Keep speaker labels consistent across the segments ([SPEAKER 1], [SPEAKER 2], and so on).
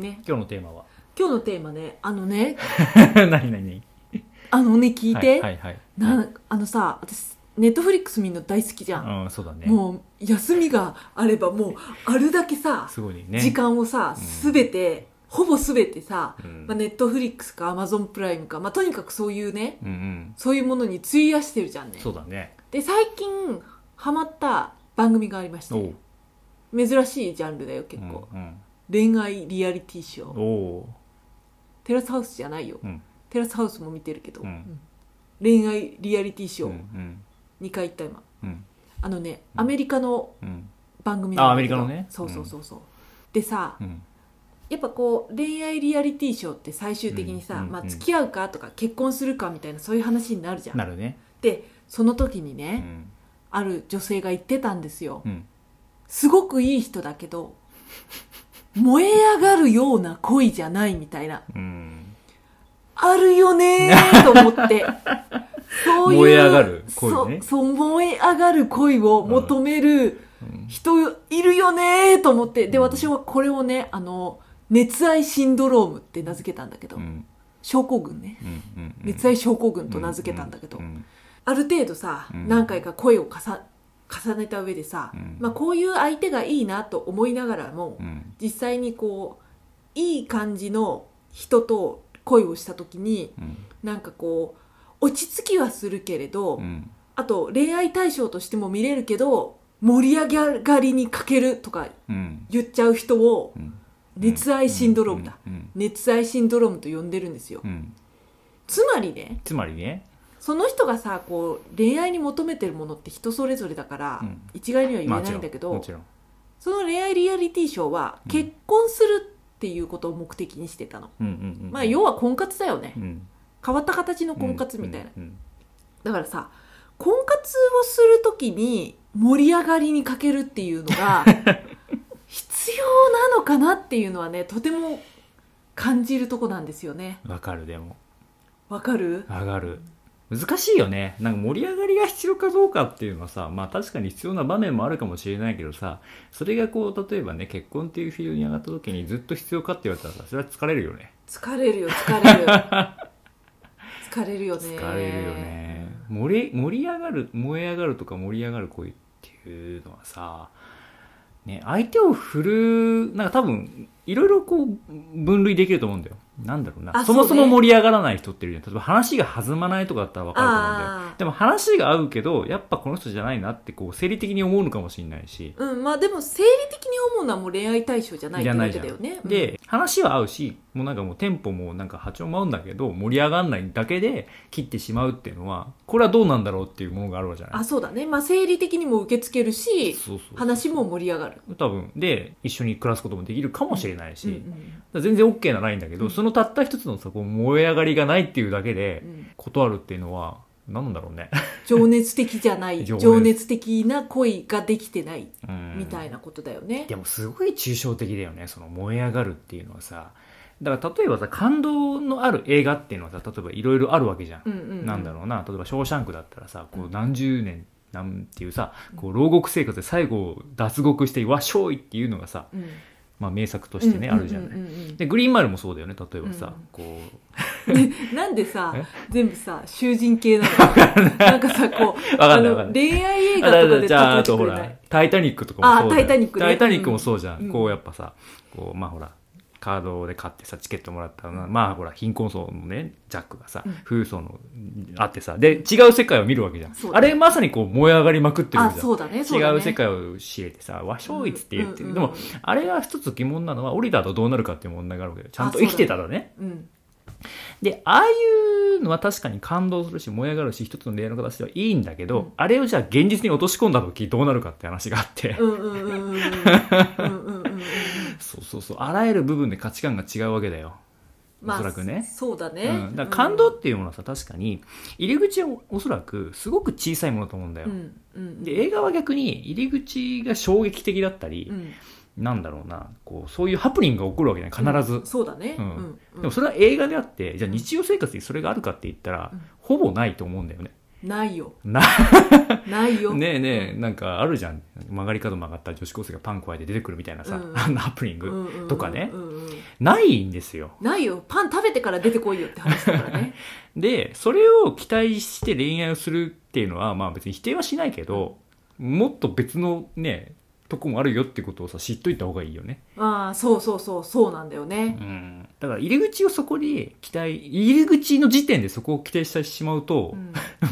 [SPEAKER 1] ね
[SPEAKER 2] 今日のテー マは
[SPEAKER 1] 今日のテーマねあのね
[SPEAKER 2] 何何
[SPEAKER 1] あのね聞いて、
[SPEAKER 2] はいはい、はい
[SPEAKER 1] なあのさ私ネットフリックス見るの大好きじゃん、
[SPEAKER 2] うん、そうだね
[SPEAKER 1] もう休みがあればもうあるだけさ、
[SPEAKER 2] すごいね
[SPEAKER 1] 時、間をさ
[SPEAKER 2] うん
[SPEAKER 1] すべて、ほぼすべてさ、
[SPEAKER 2] うん
[SPEAKER 1] まあ、ネットフリックスかアマゾンプライムか、まあ、とにかくそういうね
[SPEAKER 2] うんうん
[SPEAKER 1] そういうものに費やしてるじゃんね
[SPEAKER 2] そうだね
[SPEAKER 1] で最近ハマった番組がありまし
[SPEAKER 2] お
[SPEAKER 1] て珍しいジャンルだよ結構、
[SPEAKER 2] うんうん
[SPEAKER 1] 恋愛リアリティショー
[SPEAKER 2] おお
[SPEAKER 1] テラスハウスじゃないよ、
[SPEAKER 2] うん
[SPEAKER 1] テラスハウスも見てるけど、
[SPEAKER 2] うん
[SPEAKER 1] 恋愛リアリティシ
[SPEAKER 2] う
[SPEAKER 1] ョ
[SPEAKER 2] んう
[SPEAKER 1] ー
[SPEAKER 2] ん
[SPEAKER 1] 2回行った今
[SPEAKER 2] うん
[SPEAKER 1] あのね
[SPEAKER 2] うん
[SPEAKER 1] アメリカの
[SPEAKER 2] うん
[SPEAKER 1] 番組なんだけど
[SPEAKER 2] あアメリカのね
[SPEAKER 1] そうそうそうそう、でさ
[SPEAKER 2] うん
[SPEAKER 1] やっぱこう恋愛リアリティショーって最終的にさ、
[SPEAKER 2] うんうん
[SPEAKER 1] まあ、
[SPEAKER 2] うん
[SPEAKER 1] 付き合うかとか結婚するかみたいなそういう話になるじゃん
[SPEAKER 2] なるね
[SPEAKER 1] でその時
[SPEAKER 2] う
[SPEAKER 1] にね、
[SPEAKER 2] ん
[SPEAKER 1] ある女性が言ってたんですよ、
[SPEAKER 2] うん
[SPEAKER 1] すごくいい人だけど、燃え上がるような恋じゃないみたいな。
[SPEAKER 2] うん
[SPEAKER 1] あるよ ねーと思って。そういう。
[SPEAKER 2] 燃え上がる恋ね
[SPEAKER 1] そう、そう、燃え上がる恋を求める人いるよねーと思って。で、
[SPEAKER 2] うん
[SPEAKER 1] 私はこれをね、あの、熱愛シンドロームって名付けたんだけど、
[SPEAKER 2] うん
[SPEAKER 1] 症候群ね。
[SPEAKER 2] うんうん
[SPEAKER 1] 熱愛症候群と名付けたんだけど、
[SPEAKER 2] うん
[SPEAKER 1] ある程度さ、
[SPEAKER 2] うん
[SPEAKER 1] 何回か声をかさ重ねた上でさ、
[SPEAKER 2] うん
[SPEAKER 1] まあ、こういう相手がいいなと思いながらも、
[SPEAKER 2] うん
[SPEAKER 1] 実際にこういい感じの人と恋をした時に
[SPEAKER 2] うん
[SPEAKER 1] なんかこう落ち着きはするけれど、
[SPEAKER 2] うん
[SPEAKER 1] あと恋愛対象としても見れるけど盛り上がりに欠けるとか
[SPEAKER 2] うん
[SPEAKER 1] 言っちゃう人を
[SPEAKER 2] うん
[SPEAKER 1] 熱愛シンドロームだ、
[SPEAKER 2] うん
[SPEAKER 1] 熱愛シンドロームと呼んでるんですよ
[SPEAKER 2] うんうん
[SPEAKER 1] つまりね
[SPEAKER 2] つまりね
[SPEAKER 1] その人がさこう恋愛に求めてるものって人それぞれだから、
[SPEAKER 2] うん
[SPEAKER 1] 一概には言
[SPEAKER 2] まあ
[SPEAKER 1] えないんだけど、
[SPEAKER 2] もちろんも
[SPEAKER 1] その恋愛リアリティショーは
[SPEAKER 2] うん
[SPEAKER 1] 結婚するっていうことを目的にしてたの、
[SPEAKER 2] ちろんうんうんうん
[SPEAKER 1] まあ要は婚活だよね、
[SPEAKER 2] うん
[SPEAKER 1] 変わった形の婚活みたいな、
[SPEAKER 2] うんうん
[SPEAKER 1] だからさ婚活をするときに盛り上がりに欠けるっていうの が必要なのかなっていうのはねとても感じるとこなんですよね
[SPEAKER 2] うんわかるでも
[SPEAKER 1] わかる
[SPEAKER 2] 上がる難しいよねなんか盛り上がりが必要かどうかっていうのはさまあ確かに必要な場面もあるかもしれないけどさそれがこう例えばね結婚っていうフィールドに上がった時にずっと必要かって言われたらさそれは疲れるよね
[SPEAKER 1] 疲れるよ疲 れる疲れるよね
[SPEAKER 2] 疲れるよね盛り盛り上がる燃え上がるとか盛り上がる恋っていうのはさね、相手を振るなんか多分いろいろこう分類できると思うんだよなんだろうな
[SPEAKER 1] あ
[SPEAKER 2] そも
[SPEAKER 1] そ
[SPEAKER 2] そう
[SPEAKER 1] ね
[SPEAKER 2] も盛り上がらない人っているじゃん例えば話が弾まないとかだったら分かると思うんだよ
[SPEAKER 1] ああ
[SPEAKER 2] でも話が合うけどやっぱこの人じゃないなってこう生理的に思うのかもしれないし、
[SPEAKER 1] うんまあでも生理的に思うのはもう恋愛対象じゃないっ
[SPEAKER 2] じ
[SPEAKER 1] て
[SPEAKER 2] ゃ
[SPEAKER 1] こ
[SPEAKER 2] ない
[SPEAKER 1] と
[SPEAKER 2] じゃん
[SPEAKER 1] だよね
[SPEAKER 2] で話は合うしもうなんかもうテンポもなんか波長も合うんだけど盛り上がんないだけで切ってしまうっていうのはこれはどうなんだろうっていうものがあるわけじゃ
[SPEAKER 1] うん
[SPEAKER 2] ない
[SPEAKER 1] あそうだねまあ生理的にも受け付けるし
[SPEAKER 2] そうそう
[SPEAKER 1] 話も盛り上がる
[SPEAKER 2] 多分で一緒に暮らすこともできるかもしれないし、
[SPEAKER 1] うん
[SPEAKER 2] だ
[SPEAKER 1] う
[SPEAKER 2] か
[SPEAKER 1] ん
[SPEAKER 2] ら全然 OK なラインだけど、
[SPEAKER 1] うん
[SPEAKER 2] そのたった一つのさこう燃え上がりがないっていうだけで
[SPEAKER 1] うん
[SPEAKER 2] 断るっていうのは何なんだろうね
[SPEAKER 1] 情熱的じゃない
[SPEAKER 2] 情
[SPEAKER 1] 情
[SPEAKER 2] 熱
[SPEAKER 1] 熱的な恋ができてないみた
[SPEAKER 2] い
[SPEAKER 1] いなことだよね、
[SPEAKER 2] でもすごい抽象的だよねその燃え上がるっていうのはさだから例えばさ感動のある映画っていうのはさ例えばいろいろあるわけじゃん、
[SPEAKER 1] うんうんうん、
[SPEAKER 2] なんだろうな例えば「ショーシャンク」だったらさこ
[SPEAKER 1] う
[SPEAKER 2] うん何十年なんていうさこう牢獄生活で最後脱獄して「わっしょい!」っていうのがさ、
[SPEAKER 1] うん、
[SPEAKER 2] まあ、名作としてね、あるじゃ
[SPEAKER 1] うん
[SPEAKER 2] な
[SPEAKER 1] う
[SPEAKER 2] い。
[SPEAKER 1] んうんうん
[SPEAKER 2] でグリーンマイルもそうだよね例えばさ、
[SPEAKER 1] うん
[SPEAKER 2] こ
[SPEAKER 1] なんでさ
[SPEAKER 2] え
[SPEAKER 1] 全部さ囚人系な のなんかさこう
[SPEAKER 2] う分かんない分か
[SPEAKER 1] あ
[SPEAKER 2] ん
[SPEAKER 1] の
[SPEAKER 2] ない
[SPEAKER 1] 恋愛映
[SPEAKER 2] あだか
[SPEAKER 1] 画とからで
[SPEAKER 2] じゃあ
[SPEAKER 1] 例え
[SPEAKER 2] あ
[SPEAKER 1] て
[SPEAKER 2] と
[SPEAKER 1] く
[SPEAKER 2] ほ
[SPEAKER 1] れな
[SPEAKER 2] ら
[SPEAKER 1] い
[SPEAKER 2] 「タイタニック」とかもそうだよ
[SPEAKER 1] あタイタニックね
[SPEAKER 2] タイタニックもそうじゃん、
[SPEAKER 1] うん
[SPEAKER 2] こうやっぱさこうまあほらカードで買ってさチケットもらったらなまあほら貧困層のねジャックがさ、
[SPEAKER 1] うん
[SPEAKER 2] 富裕層のあってさで違う世界を見るわけじゃん、
[SPEAKER 1] そう
[SPEAKER 2] あ
[SPEAKER 1] だね
[SPEAKER 2] れまさにこう燃え上がりまくってるわ
[SPEAKER 1] あ
[SPEAKER 2] けじゃん
[SPEAKER 1] そうだねそうだ
[SPEAKER 2] 違
[SPEAKER 1] ね
[SPEAKER 2] う世界を知れてさ和尚一って言って、
[SPEAKER 1] うんうん
[SPEAKER 2] でもあれが一つ疑問なのはオリだとどうなるかっていう問題があるわけどちゃんと生きてたらね
[SPEAKER 1] うん
[SPEAKER 2] でああいうのは確かに感動するし燃え上がるし一つの例の形ではいいんだけど、
[SPEAKER 1] うん
[SPEAKER 2] あれをじゃあ現実に落とし込んだ時どうなるかって話があって、
[SPEAKER 1] うんうんうんうんうんうんうんうんうんうん
[SPEAKER 2] そうそうそうあらゆる部分で価値観が違うわけだよおそらくね
[SPEAKER 1] そうだね、
[SPEAKER 2] うん、だから感動っていうものはさ確かに入り口はおそらくすごく小さいものだと思うんだよ、
[SPEAKER 1] うんうん
[SPEAKER 2] で映画は逆に入り口が衝撃的だったり
[SPEAKER 1] う、ん
[SPEAKER 2] なんだろうなこうそういうハプニングが起こるわけじゃない必ず、
[SPEAKER 1] そうだね、
[SPEAKER 2] う
[SPEAKER 1] うんんうん
[SPEAKER 2] でもそれは映画であってじゃあ日常生活にそれがあるかって言ったら、
[SPEAKER 1] うん
[SPEAKER 2] ほぼないと思うんだよね
[SPEAKER 1] ないよ
[SPEAKER 2] な
[SPEAKER 1] ないよ、
[SPEAKER 2] ねえねえなんかあるじゃん曲がり角曲がった女子高生がパン加えて出てくるみたいなさ、
[SPEAKER 1] うん
[SPEAKER 2] あんなハプニング、
[SPEAKER 1] うんうんうん
[SPEAKER 2] とかね
[SPEAKER 1] うんうん
[SPEAKER 2] ないんですよ
[SPEAKER 1] ないよパン食べてから出てこいよって話だか らね
[SPEAKER 2] でそれを期待して恋愛をするっていうのはまあ別に否定はしないけど、もっと別のねとこもあるよってことをさ知っといた方がいいよね、
[SPEAKER 1] ああそうそうそうそうなんだよ
[SPEAKER 2] う
[SPEAKER 1] ね、
[SPEAKER 2] ん、だから入り口をそこに期待入り口の時点でそこを期待してしまうと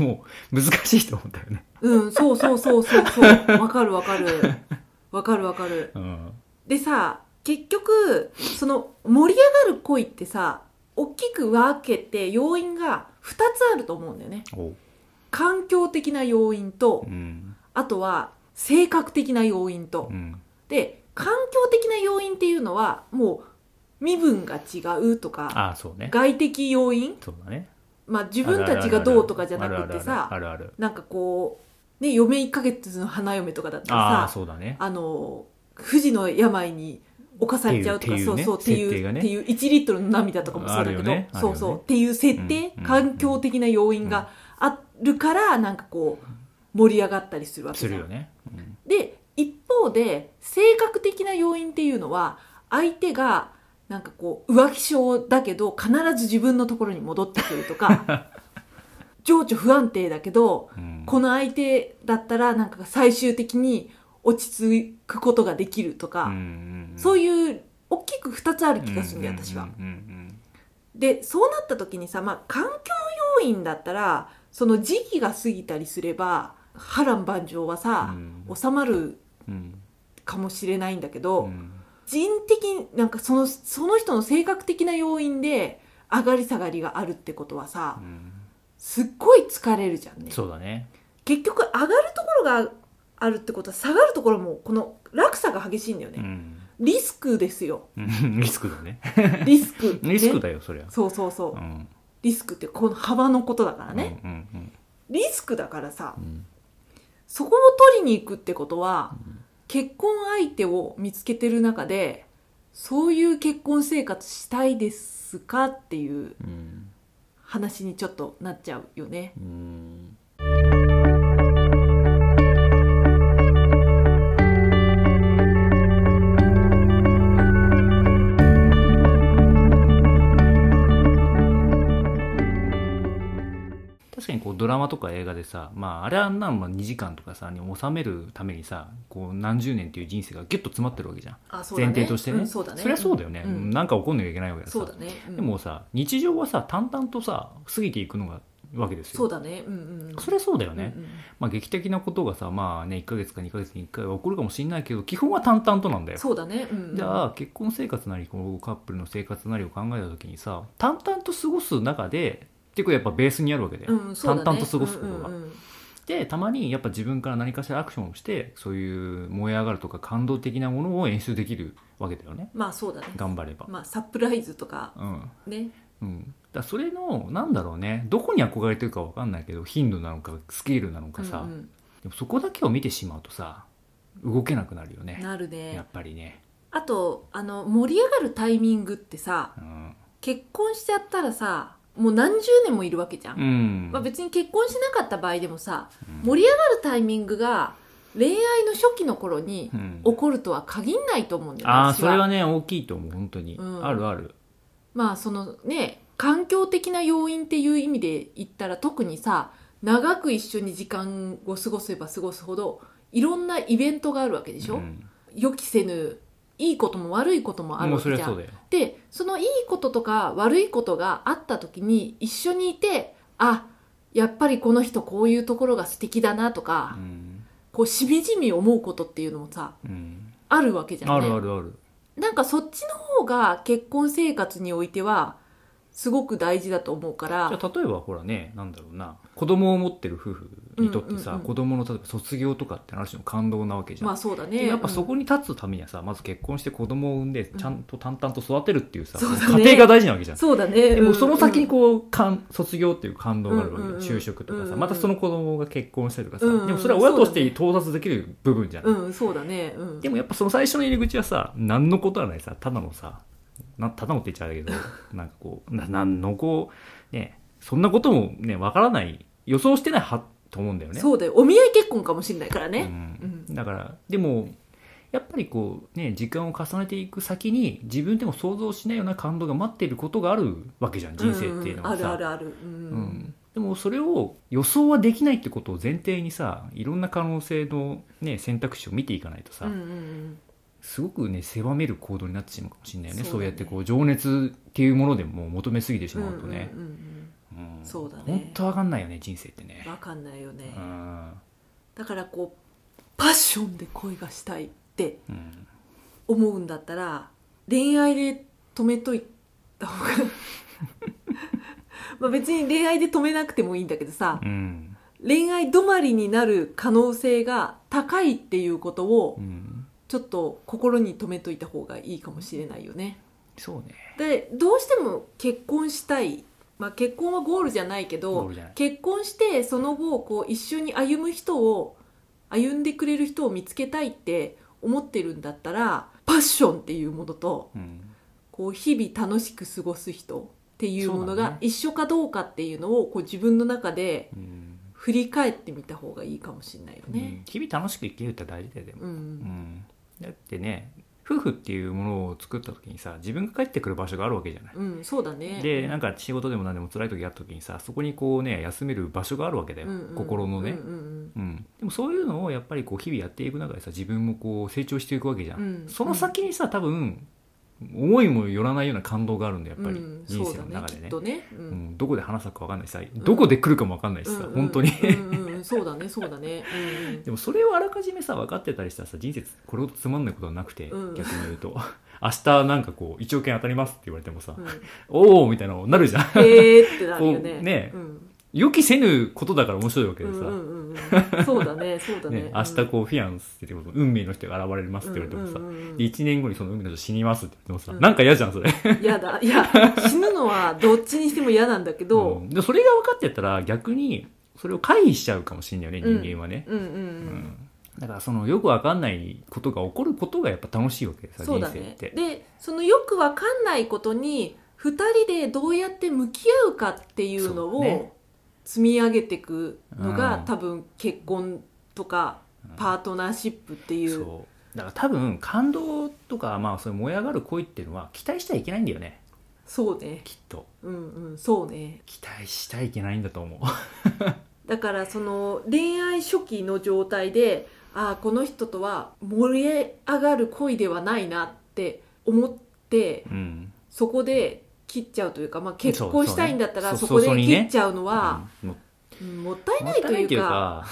[SPEAKER 1] う、ん
[SPEAKER 2] もう難しいと思うんだよね、
[SPEAKER 1] うん、そうそうそうそうそう。わかるわかる。わかるわかる。
[SPEAKER 2] うん、
[SPEAKER 1] でさ、結局、その盛り上がる恋ってさ、大きく分けて要因が2つあると思うんだよね。
[SPEAKER 2] おう
[SPEAKER 1] 環境的な要因と
[SPEAKER 2] う、ん
[SPEAKER 1] あとは性格的な要因と
[SPEAKER 2] う。ん
[SPEAKER 1] で、環境的な要因っていうのは、もう身分が違うとか、
[SPEAKER 2] ああそうね
[SPEAKER 1] 外的要因、
[SPEAKER 2] そうだね
[SPEAKER 1] まあ自分たちがどうとかじゃなくてさ、
[SPEAKER 2] あるあるある
[SPEAKER 1] なんかこう、ね、嫁1ヶ月の花嫁とかだったら
[SPEAKER 2] あ
[SPEAKER 1] さ
[SPEAKER 2] あ、そうだね
[SPEAKER 1] あの不治の病に侵されちゃうと
[SPEAKER 2] っ
[SPEAKER 1] か
[SPEAKER 2] ていう
[SPEAKER 1] そうそうって
[SPEAKER 2] って
[SPEAKER 1] い
[SPEAKER 2] いうね設定
[SPEAKER 1] う
[SPEAKER 2] が
[SPEAKER 1] っ
[SPEAKER 2] ね
[SPEAKER 1] ていう1リットルの涙とかもそうだけ
[SPEAKER 2] あ
[SPEAKER 1] ど、
[SPEAKER 2] るよねあるよ
[SPEAKER 1] そう
[SPEAKER 2] ね
[SPEAKER 1] そうっていう設定、
[SPEAKER 2] うん
[SPEAKER 1] 環境的な要因があるからなんかこう盛り上がったりするわけ
[SPEAKER 2] す
[SPEAKER 1] じゃ
[SPEAKER 2] る
[SPEAKER 1] ん
[SPEAKER 2] よね、うん
[SPEAKER 1] で一方で性格的な要因っていうのは相手がなんかこう浮気症だけど必ず自分のところに戻ってくるとか 情緒不安定だけど
[SPEAKER 2] うん
[SPEAKER 1] この相手だったらなんか最終的に落ち着くことができるとか、そう
[SPEAKER 2] いう
[SPEAKER 1] いう大きく2つある
[SPEAKER 2] う
[SPEAKER 1] 気がするんだよ、私は。
[SPEAKER 2] んうん
[SPEAKER 1] でそうなった時にさ、まあ、環境要因だったらその時期が過ぎたりすれば波乱万丈はさ、
[SPEAKER 2] うん
[SPEAKER 1] 収まる
[SPEAKER 2] うんうん
[SPEAKER 1] かもしれないんだけ
[SPEAKER 2] う
[SPEAKER 1] ど、
[SPEAKER 2] ん
[SPEAKER 1] 人的になんかそのその人の性格的な要因で上がり下がりがあるってことはさ
[SPEAKER 2] うん
[SPEAKER 1] すっごい疲れるじゃんね。
[SPEAKER 2] そうだね
[SPEAKER 1] 結局上がるところがあるってことは下がるところもこの落差が激しいんだよ
[SPEAKER 2] う
[SPEAKER 1] ね、
[SPEAKER 2] ん
[SPEAKER 1] リスクですよ
[SPEAKER 2] リスクだね
[SPEAKER 1] リスク、
[SPEAKER 2] リスク
[SPEAKER 1] ね
[SPEAKER 2] だよそりゃ
[SPEAKER 1] そうそうそ
[SPEAKER 2] う
[SPEAKER 1] う、
[SPEAKER 2] ん
[SPEAKER 1] リスクってこの幅のことだからね、
[SPEAKER 2] うんうん
[SPEAKER 1] リスクだからさ
[SPEAKER 2] うん
[SPEAKER 1] そこを取りに行くってことは、結婚相手を見つけてる中でそういう結婚生活したいですかっていう
[SPEAKER 2] うん
[SPEAKER 1] 話にちょっとなっちゃうよね
[SPEAKER 2] うん確かにこうドラマとか映画でさ、まあ、あれあんなんまあ2時間とかさに収めるためにさこう何十年っていう人生がギュッと詰まってるわけじゃん、
[SPEAKER 1] あそうだ
[SPEAKER 2] 前
[SPEAKER 1] ね
[SPEAKER 2] 提としてね,、
[SPEAKER 1] うんそうだね
[SPEAKER 2] りゃそうだよね、
[SPEAKER 1] うん
[SPEAKER 2] なんか起こんなきゃいけないわけだ
[SPEAKER 1] そ
[SPEAKER 2] さ
[SPEAKER 1] うだね、うん
[SPEAKER 2] でもさ日常はさ淡々とさ過ぎていくのがわけですよ
[SPEAKER 1] そうだねうんうん
[SPEAKER 2] そりゃそうだよね、
[SPEAKER 1] うんうん
[SPEAKER 2] まあ、劇的なことがさまあね1ヶ月か2ヶ月に1回は起こるかもしれないけど基本は淡々となんだよ
[SPEAKER 1] そうだねうんうん
[SPEAKER 2] じゃあ結婚生活なりこのカップルの生活なりを考えた時にさ淡々と過ごす中でっていうかやっぱベースにあるわけだよ、
[SPEAKER 1] うんそうだね
[SPEAKER 2] 淡々と過ごすことが、
[SPEAKER 1] うんうんうん
[SPEAKER 2] でたまにやっぱ自分から何かしらアクションをしてそういう燃え上がるとか感動的なものを演出できるわけだよね
[SPEAKER 1] まあそうだね
[SPEAKER 2] 頑張れば、
[SPEAKER 1] まあサプライズとか
[SPEAKER 2] うん
[SPEAKER 1] ね
[SPEAKER 2] うん、だからそれのなんだろうねどこに憧れてるかわかんないけど頻度なのかスケールなのかさ、
[SPEAKER 1] うんうん
[SPEAKER 2] でもそこだけを見てしまうとさ動けなくなるよね
[SPEAKER 1] なる
[SPEAKER 2] やっ
[SPEAKER 1] ね
[SPEAKER 2] ぱりね、
[SPEAKER 1] あとあの盛り上がるタイミングってさ
[SPEAKER 2] うん
[SPEAKER 1] 結婚しちゃったらさもう何十年もいるわけじゃん、
[SPEAKER 2] うん
[SPEAKER 1] まあ、別に結婚しなかった場合でもさ
[SPEAKER 2] うん
[SPEAKER 1] 盛り上がるタイミングが恋愛の初期の頃に
[SPEAKER 2] うん
[SPEAKER 1] 起こるとは限らないと思うんだよね
[SPEAKER 2] ああ
[SPEAKER 1] 私
[SPEAKER 2] それはね大きいと思う本当に、
[SPEAKER 1] うん
[SPEAKER 2] あるある
[SPEAKER 1] まあそのね環境的な要因っていう意味で言ったら特にさ長く一緒に時間を過ごせば過ごすほどいろんなイベントがあるわけでしょ、
[SPEAKER 2] うん
[SPEAKER 1] 予期せぬいいことも悪いこともある
[SPEAKER 2] もう
[SPEAKER 1] わ
[SPEAKER 2] そ
[SPEAKER 1] け
[SPEAKER 2] れ
[SPEAKER 1] じ
[SPEAKER 2] は
[SPEAKER 1] ゃ
[SPEAKER 2] そうんだよ
[SPEAKER 1] でそのいいこととか悪いことがあった時に一緒にいてあやっぱりこの人こういうところが素敵だなとか、
[SPEAKER 2] うん、
[SPEAKER 1] こうしみじみ思うことっていうのもさ
[SPEAKER 2] うん、
[SPEAKER 1] あるわけじゃんね
[SPEAKER 2] あるあるある
[SPEAKER 1] なんかそっちの方が結婚生活においてはすごく大事だと思うから
[SPEAKER 2] じゃあ例えばほらねなんだろうな子供を持ってる夫婦にとってさ、
[SPEAKER 1] うんうんうん
[SPEAKER 2] 子供の例えば卒業とかって話の感動なわけじゃん、
[SPEAKER 1] まあそうだ
[SPEAKER 2] で
[SPEAKER 1] ね
[SPEAKER 2] やっぱそこに立つためにはさまず結婚して子供を産んでちゃんと淡々と育てるっていうさ、
[SPEAKER 1] そうだね
[SPEAKER 2] 過程が大事なわけじゃ
[SPEAKER 1] うん
[SPEAKER 2] ん
[SPEAKER 1] そうだね
[SPEAKER 2] でもその先
[SPEAKER 1] う
[SPEAKER 2] に
[SPEAKER 1] ん
[SPEAKER 2] こう、かん卒業っていう感動があるわけ
[SPEAKER 1] うん
[SPEAKER 2] よ、
[SPEAKER 1] うんうん
[SPEAKER 2] 就職とか
[SPEAKER 1] うん
[SPEAKER 2] さ、
[SPEAKER 1] うん
[SPEAKER 2] またその子供が結婚したりとかさ、
[SPEAKER 1] うんうん
[SPEAKER 2] でもそれは親として到達できる部分じゃない、
[SPEAKER 1] うん、うんそうだねうん
[SPEAKER 2] でもやっぱその最初の入り口はさ何のことはないさただのさなただのって言っちゃうけど なんかこうななんのこうねそんなこともねわからない予想してないはと思うんだよね。
[SPEAKER 1] そうだよお見合い結婚かもしれないから
[SPEAKER 2] う
[SPEAKER 1] ね、
[SPEAKER 2] ん、だからでもやっぱりこうね時間を重ねていく先に自分でも想像しないような感動が待っていることがあるわけじゃん人生っていうのは
[SPEAKER 1] んんあるあ
[SPEAKER 2] さ。
[SPEAKER 1] るあるうん、
[SPEAKER 2] うんでもそれを予想はできないってことを前提にさいろんな可能性の、ね、選択肢を見ていかないとさ、
[SPEAKER 1] うんうん
[SPEAKER 2] すごくね狭める行動になってしまうかもしれないよねそう
[SPEAKER 1] そうだね
[SPEAKER 2] やってこう情熱っていうものでもう求めすぎてし
[SPEAKER 1] うん、
[SPEAKER 2] まうとね
[SPEAKER 1] うんうんうん
[SPEAKER 2] ん
[SPEAKER 1] そうだね
[SPEAKER 2] 本当わかんないよね人生ってね
[SPEAKER 1] うん、わかんないよね、
[SPEAKER 2] うん
[SPEAKER 1] だからこうパッションで恋がしたいって
[SPEAKER 2] うん
[SPEAKER 1] 思うんだったら恋愛で止めといた方が まあ別に恋愛で止めなくてもいいんだけどさ、
[SPEAKER 2] うん
[SPEAKER 1] 恋愛止まりになる可能性が高いっていうことを
[SPEAKER 2] うん
[SPEAKER 1] ちょっと心に留めといた方がいいかもしれないよね。
[SPEAKER 2] そうね
[SPEAKER 1] でどうしても結婚したい、まあ、結婚はゴールじゃないけ
[SPEAKER 2] ゴー
[SPEAKER 1] ど
[SPEAKER 2] ルじゃない
[SPEAKER 1] 結婚してその後こう一緒に歩む人を歩んでくれる人を見つけたいって思ってるんだったらパッションっていうものと
[SPEAKER 2] うん
[SPEAKER 1] こう日々楽しく過ごす人っていうもの
[SPEAKER 2] そうだ
[SPEAKER 1] が
[SPEAKER 2] ね
[SPEAKER 1] 一緒かどうかっていうのをこう自分の中で
[SPEAKER 2] うん
[SPEAKER 1] 振り返ってみた方がいいかもしれないよ
[SPEAKER 2] う
[SPEAKER 1] ね。
[SPEAKER 2] ん日々楽しく生きるって大事だよでも、
[SPEAKER 1] うん
[SPEAKER 2] うんだってね夫婦っていうものを作った時にさ自分が帰ってくる場所があるわけじゃない、
[SPEAKER 1] うん、そうだね。
[SPEAKER 2] でなんか仕事でも何でも辛い時があった時にさそこにこうね休める場所があるわけだよ、
[SPEAKER 1] うんうん
[SPEAKER 2] 心のね、
[SPEAKER 1] うんうん
[SPEAKER 2] うん、でもそういうのをやっぱりこう日々やっていく中でさ自分もこう成長していくわけじゃん、
[SPEAKER 1] うん
[SPEAKER 2] その先にさ多分思いもよらないような感動があるんだよ
[SPEAKER 1] う
[SPEAKER 2] やっぱり、
[SPEAKER 1] ん
[SPEAKER 2] 人生の中で
[SPEAKER 1] そうだねき
[SPEAKER 2] ね
[SPEAKER 1] っとね。う
[SPEAKER 2] うんん、どこで話すか分かんないしさどこで来るかも分かんないしさ、本当に
[SPEAKER 1] うんうんうんそうだねそうだね
[SPEAKER 2] でもそれをあらかじめさ分かってたりしたらさ人生これほどつまんないことはなくて、
[SPEAKER 1] うん
[SPEAKER 2] 逆に言うと 明日なんかこう1億円当たりますって言われてもさ、
[SPEAKER 1] うんうん
[SPEAKER 2] おおみたいなのなるじゃん
[SPEAKER 1] えーってなるよね
[SPEAKER 2] こうね
[SPEAKER 1] うん
[SPEAKER 2] 予期せぬことだから面白いわけ
[SPEAKER 1] う
[SPEAKER 2] でさ、
[SPEAKER 1] んうんうんそうだねそうだ
[SPEAKER 2] ね
[SPEAKER 1] ね
[SPEAKER 2] 明日こうフィアンスってこと運命の人が現れますって言われてもさ、
[SPEAKER 1] うんうんうん
[SPEAKER 2] で1年後にその海の人死にますって言ってもさ、
[SPEAKER 1] うん
[SPEAKER 2] なんか嫌じゃんそれ、
[SPEAKER 1] やだいや死ぬのはどっちにしても嫌なんだけど
[SPEAKER 2] んでそれが分かってたら逆にそれを回避しちゃうかもしれないよね
[SPEAKER 1] うん
[SPEAKER 2] 人間はね、
[SPEAKER 1] うんう
[SPEAKER 2] うんだからそのよく分かんないことが起こることがやっぱ楽しいわけで
[SPEAKER 1] う
[SPEAKER 2] さ、
[SPEAKER 1] んそう
[SPEAKER 2] 人
[SPEAKER 1] だ
[SPEAKER 2] 生っ
[SPEAKER 1] ね
[SPEAKER 2] て
[SPEAKER 1] でそのよくわかんないことに2人でどうやって向き合うかっていうの
[SPEAKER 2] そうね
[SPEAKER 1] を積み上げていくの
[SPEAKER 2] う
[SPEAKER 1] が
[SPEAKER 2] ん
[SPEAKER 1] 多分結婚とかパートナーシップっていう
[SPEAKER 2] そうだから多分感動とかまあそういう燃え上がる恋っていうのは期待しちゃいけないんだよね
[SPEAKER 1] そうね
[SPEAKER 2] きっと
[SPEAKER 1] うんうんそうね
[SPEAKER 2] 期待しちゃいけないんだと思う
[SPEAKER 1] だからその恋愛初期の状態でああこの人とは盛り上がる恋ではないなって思って
[SPEAKER 2] うん
[SPEAKER 1] そこで切っちゃうというか、まあ、結
[SPEAKER 2] そう
[SPEAKER 1] 婚
[SPEAKER 2] そうね
[SPEAKER 1] したいんだったら
[SPEAKER 2] そ
[SPEAKER 1] そうこで
[SPEAKER 2] そうそうにね
[SPEAKER 1] 切っちゃうのは
[SPEAKER 2] うんも
[SPEAKER 1] うんもったい
[SPEAKER 2] も
[SPEAKER 1] な
[SPEAKER 2] っ
[SPEAKER 1] い
[SPEAKER 2] た
[SPEAKER 1] と
[SPEAKER 2] いないって
[SPEAKER 1] い
[SPEAKER 2] いうう
[SPEAKER 1] か
[SPEAKER 2] か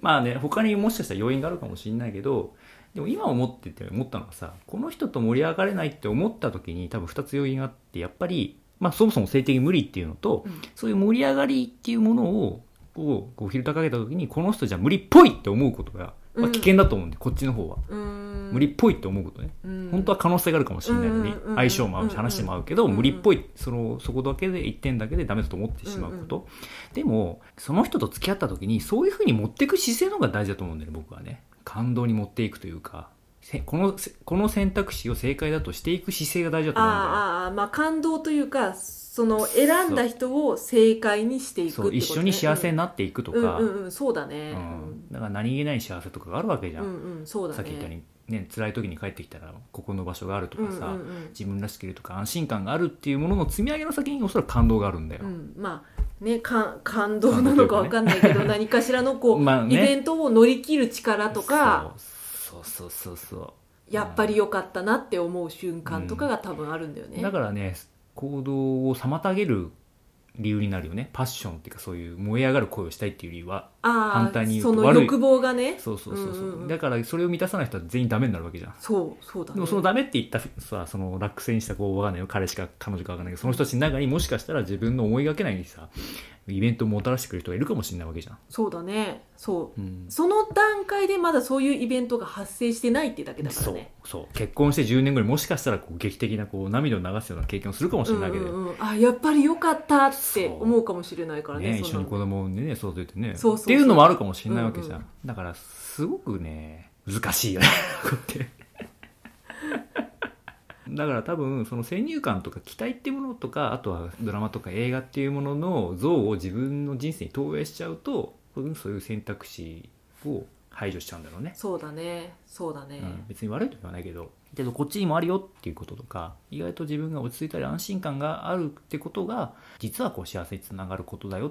[SPEAKER 2] まあね他にもしかしたら要因があるかもしれないけどでも今思ってて思ったのはさこの人と盛り上がれないって思った時に多分2つ要因があってやっぱり、まあ、そもそも性的無理っていうのと、
[SPEAKER 1] うん
[SPEAKER 2] そういう盛り上がりっていうものをこうこうフィルターかけた時にこの人じゃ無理っぽいって思うことが、ま
[SPEAKER 1] う
[SPEAKER 2] あ、
[SPEAKER 1] ん
[SPEAKER 2] 危険だと思うんで、こっちの方は、
[SPEAKER 1] うーん
[SPEAKER 2] 無理っぽいって思うことね本当は可能性があるかもしれないのに
[SPEAKER 1] うんうんうん
[SPEAKER 2] 相性も合うし話も合うけど
[SPEAKER 1] うんうん
[SPEAKER 2] 無理っぽいそのそこだけで一点だけでダメだと思ってしまうこ
[SPEAKER 1] う
[SPEAKER 2] とでもその人と付き合った時にそういうふうに持っていく姿勢の方が大事だと思うんだよね僕はね感動に持っていくというかせこのせこの選択肢を正解だとしていく姿勢が大事だと思うんだよ
[SPEAKER 1] ああああまあ感動というかその選んだ人を正解にしていくってこ
[SPEAKER 2] そ
[SPEAKER 1] と
[SPEAKER 2] う
[SPEAKER 1] ね
[SPEAKER 2] 一緒に幸せになっていくとか
[SPEAKER 1] うんうんうん、そうだね、
[SPEAKER 2] うんだから何気ない幸せとかがあるわけじゃ
[SPEAKER 1] うんんうんそうだね
[SPEAKER 2] さっき言ったようにね辛い時に帰ってきたらここの場所があるとかさ
[SPEAKER 1] うんうんうん
[SPEAKER 2] 自分らしくいるとか安心感があるっていうものの積み上げの先におそらく感動があるんだよ
[SPEAKER 1] う、ん、まあねか感動なのかわかんないけど、何かしらのこう、
[SPEAKER 2] まあね
[SPEAKER 1] イベントを乗り切る力とか
[SPEAKER 2] そうそうそうそう
[SPEAKER 1] やっぱり良かったなって思う瞬間とかが多分あるんだよね。
[SPEAKER 2] だからね行動を妨げる理由になるよねパッションっていうかそういう燃え上がる声をしたいっていう理由は
[SPEAKER 1] ああ
[SPEAKER 2] 反対に言
[SPEAKER 1] そう
[SPEAKER 2] と
[SPEAKER 1] の
[SPEAKER 2] 悪い
[SPEAKER 1] 欲望がね
[SPEAKER 2] そうそうそうそう、
[SPEAKER 1] うんうんうん
[SPEAKER 2] だからそれを満たさない人は全員ダメになるわけじゃん
[SPEAKER 1] そうそうだね。
[SPEAKER 2] でもそのダメって言ったさその落選したこうわかんないよ彼氏か彼女かわかんないけどその人たちの中にもしかしたら自分の思いがけないさイベントをもたらしてくれる人がいるかもしれないわけじゃん、
[SPEAKER 1] そうだねそう、
[SPEAKER 2] うん、
[SPEAKER 1] その段階でまだそういうイベントが発生してないってだけだから
[SPEAKER 2] そう
[SPEAKER 1] ね。
[SPEAKER 2] そう結婚して10年後にもしかしたらこう劇的なこう涙を流すような経験をするかもしれないわけで、
[SPEAKER 1] うんうんうん、あやっぱり良かったって思うかもしれないからね
[SPEAKER 2] ね、
[SPEAKER 1] そ
[SPEAKER 2] 一緒
[SPEAKER 1] ん
[SPEAKER 2] に
[SPEAKER 1] な
[SPEAKER 2] 子供を産んでね育ててね
[SPEAKER 1] そうそうそう
[SPEAKER 2] っていうのもあるかもしれないわけじゃん、
[SPEAKER 1] うんう
[SPEAKER 2] だから すごくね難しいよねこうやってだから多分その先入観とか期待っていうものとかあとはドラマとか映画っていうものの像を自分の人生に投影しちゃうとそういう選択肢を排除しちゃうんだろうね、
[SPEAKER 1] そうだねそうだね、
[SPEAKER 2] うん、別に悪いとは言わないけどけどこっちにもあるよっていうこととか意外と自分が落ち着いたり安心感があるってことが実はこう幸せにつながることだよっ